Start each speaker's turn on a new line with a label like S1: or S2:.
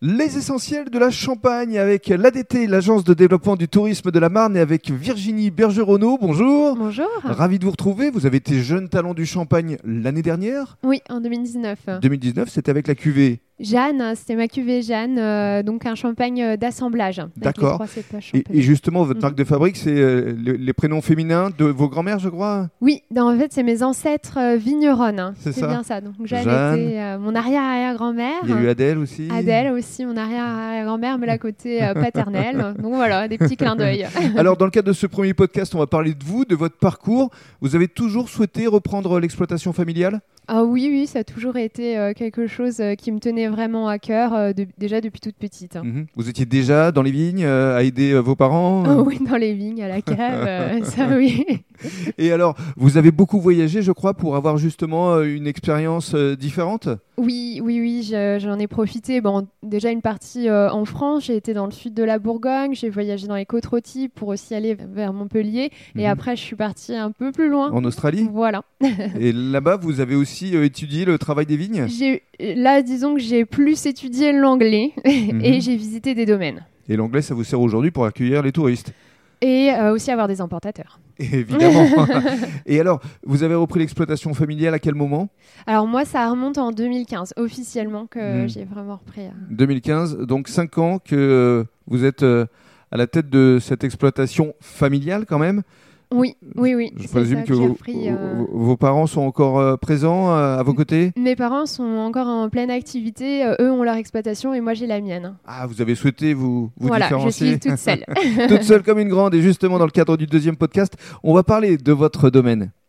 S1: Les essentiels de la Champagne avec l'ADT, l'Agence de développement du tourisme de la Marne, et avec Virginie Bergeronneau. Bonjour.
S2: Bonjour.
S1: Ravi de vous retrouver. Vous avez été jeune talent du Champagne l'année dernière.
S2: Oui, en 2019.
S1: 2019, c'était avec la cuvée.
S2: Jeanne, c'était ma cuvée Jeanne, euh, donc un champagne euh, d'assemblage. avec les
S1: D'accord.
S2: trois cépages
S1: Et,
S2: champagnes.
S1: et justement, votre
S2: Mhm.
S1: marque de fabrique, c'est euh, le- les prénoms féminins de vos grand-mères, je crois.
S2: Oui, non, en fait, c'est mes ancêtres euh, vigneronnes. hein.
S1: C'est
S2: C'est
S1: ça.
S2: bien ça. Donc Jeanne,
S1: Jeanne.
S2: était euh, mon arrière-arrière-grand-mère. euh,
S1: Il y a eu Adèle aussi.
S2: Adèle aussi, mon arrière-arrière-grand-mère, mais la côté euh, paternelle. Donc voilà, des petits clins d'œil.
S1: Alors, dans le cadre de ce premier podcast, on va parler de vous, de votre parcours. Vous avez toujours souhaité reprendre l'exploitation familiale
S2: Ah oui, oui, ça a toujours été euh, quelque chose euh, qui me tenait vraiment à cœur, euh, de- déjà depuis toute petite. hein.
S1: Mhm. Vous étiez déjà dans les vignes euh, à aider euh, vos parents
S2: Ah oui, dans les vignes, à la cave, euh, ça oui.
S1: Et alors, vous avez beaucoup voyagé, je crois, pour avoir justement euh, une expérience euh, différente
S2: Oui, oui, oui, je- j'en ai profité. Bon, déjà une partie euh, en France, j'ai été dans le sud de la Bourgogne, j'ai voyagé dans les côtes rôties pour aussi aller vers Montpellier,
S1: Mhm.
S2: et après hein. je suis partie un peu plus loin.
S1: en Australie.
S2: Voilà.
S1: Et là-bas, vous avez aussi euh, étudié le travail des vignes.
S2: J'ai- Là, disons que j'ai plus étudié l'anglais
S1: Mhm.
S2: et j'ai visité des domaines.
S1: Et l'anglais, ça vous sert aujourd'hui pour accueillir les touristes.
S2: Et euh, aussi avoir des importateurs.
S1: Évidemment. Et alors, vous avez repris l'exploitation familiale à quel moment
S2: Alors moi, ça remonte en 2015, officiellement, que
S1: Mhm.
S2: j'ai vraiment repris. euh,
S1: 2015, donc 5 ans que euh, vous êtes euh, à la tête de cette exploitation familiale quand même.
S2: Oui, oui, oui.
S1: Je
S2: c'est
S1: présume
S2: ça
S1: que
S2: j'ai
S1: vos-
S2: repris, euh, Mhm.
S1: vos- vos parents sont encore euh, présents euh, à vos côtés.
S2: Mes parents sont encore en pleine activité, euh, eux ont leur exploitation et moi j'ai la mienne.
S1: Ah, vous avez souhaité vous, vous
S2: voilà, je
S1: différencier
S2: suis toute seule.
S1: toute seule comme une grande. Et justement, dans le cadre du deuxième podcast, on va parler de votre domaine.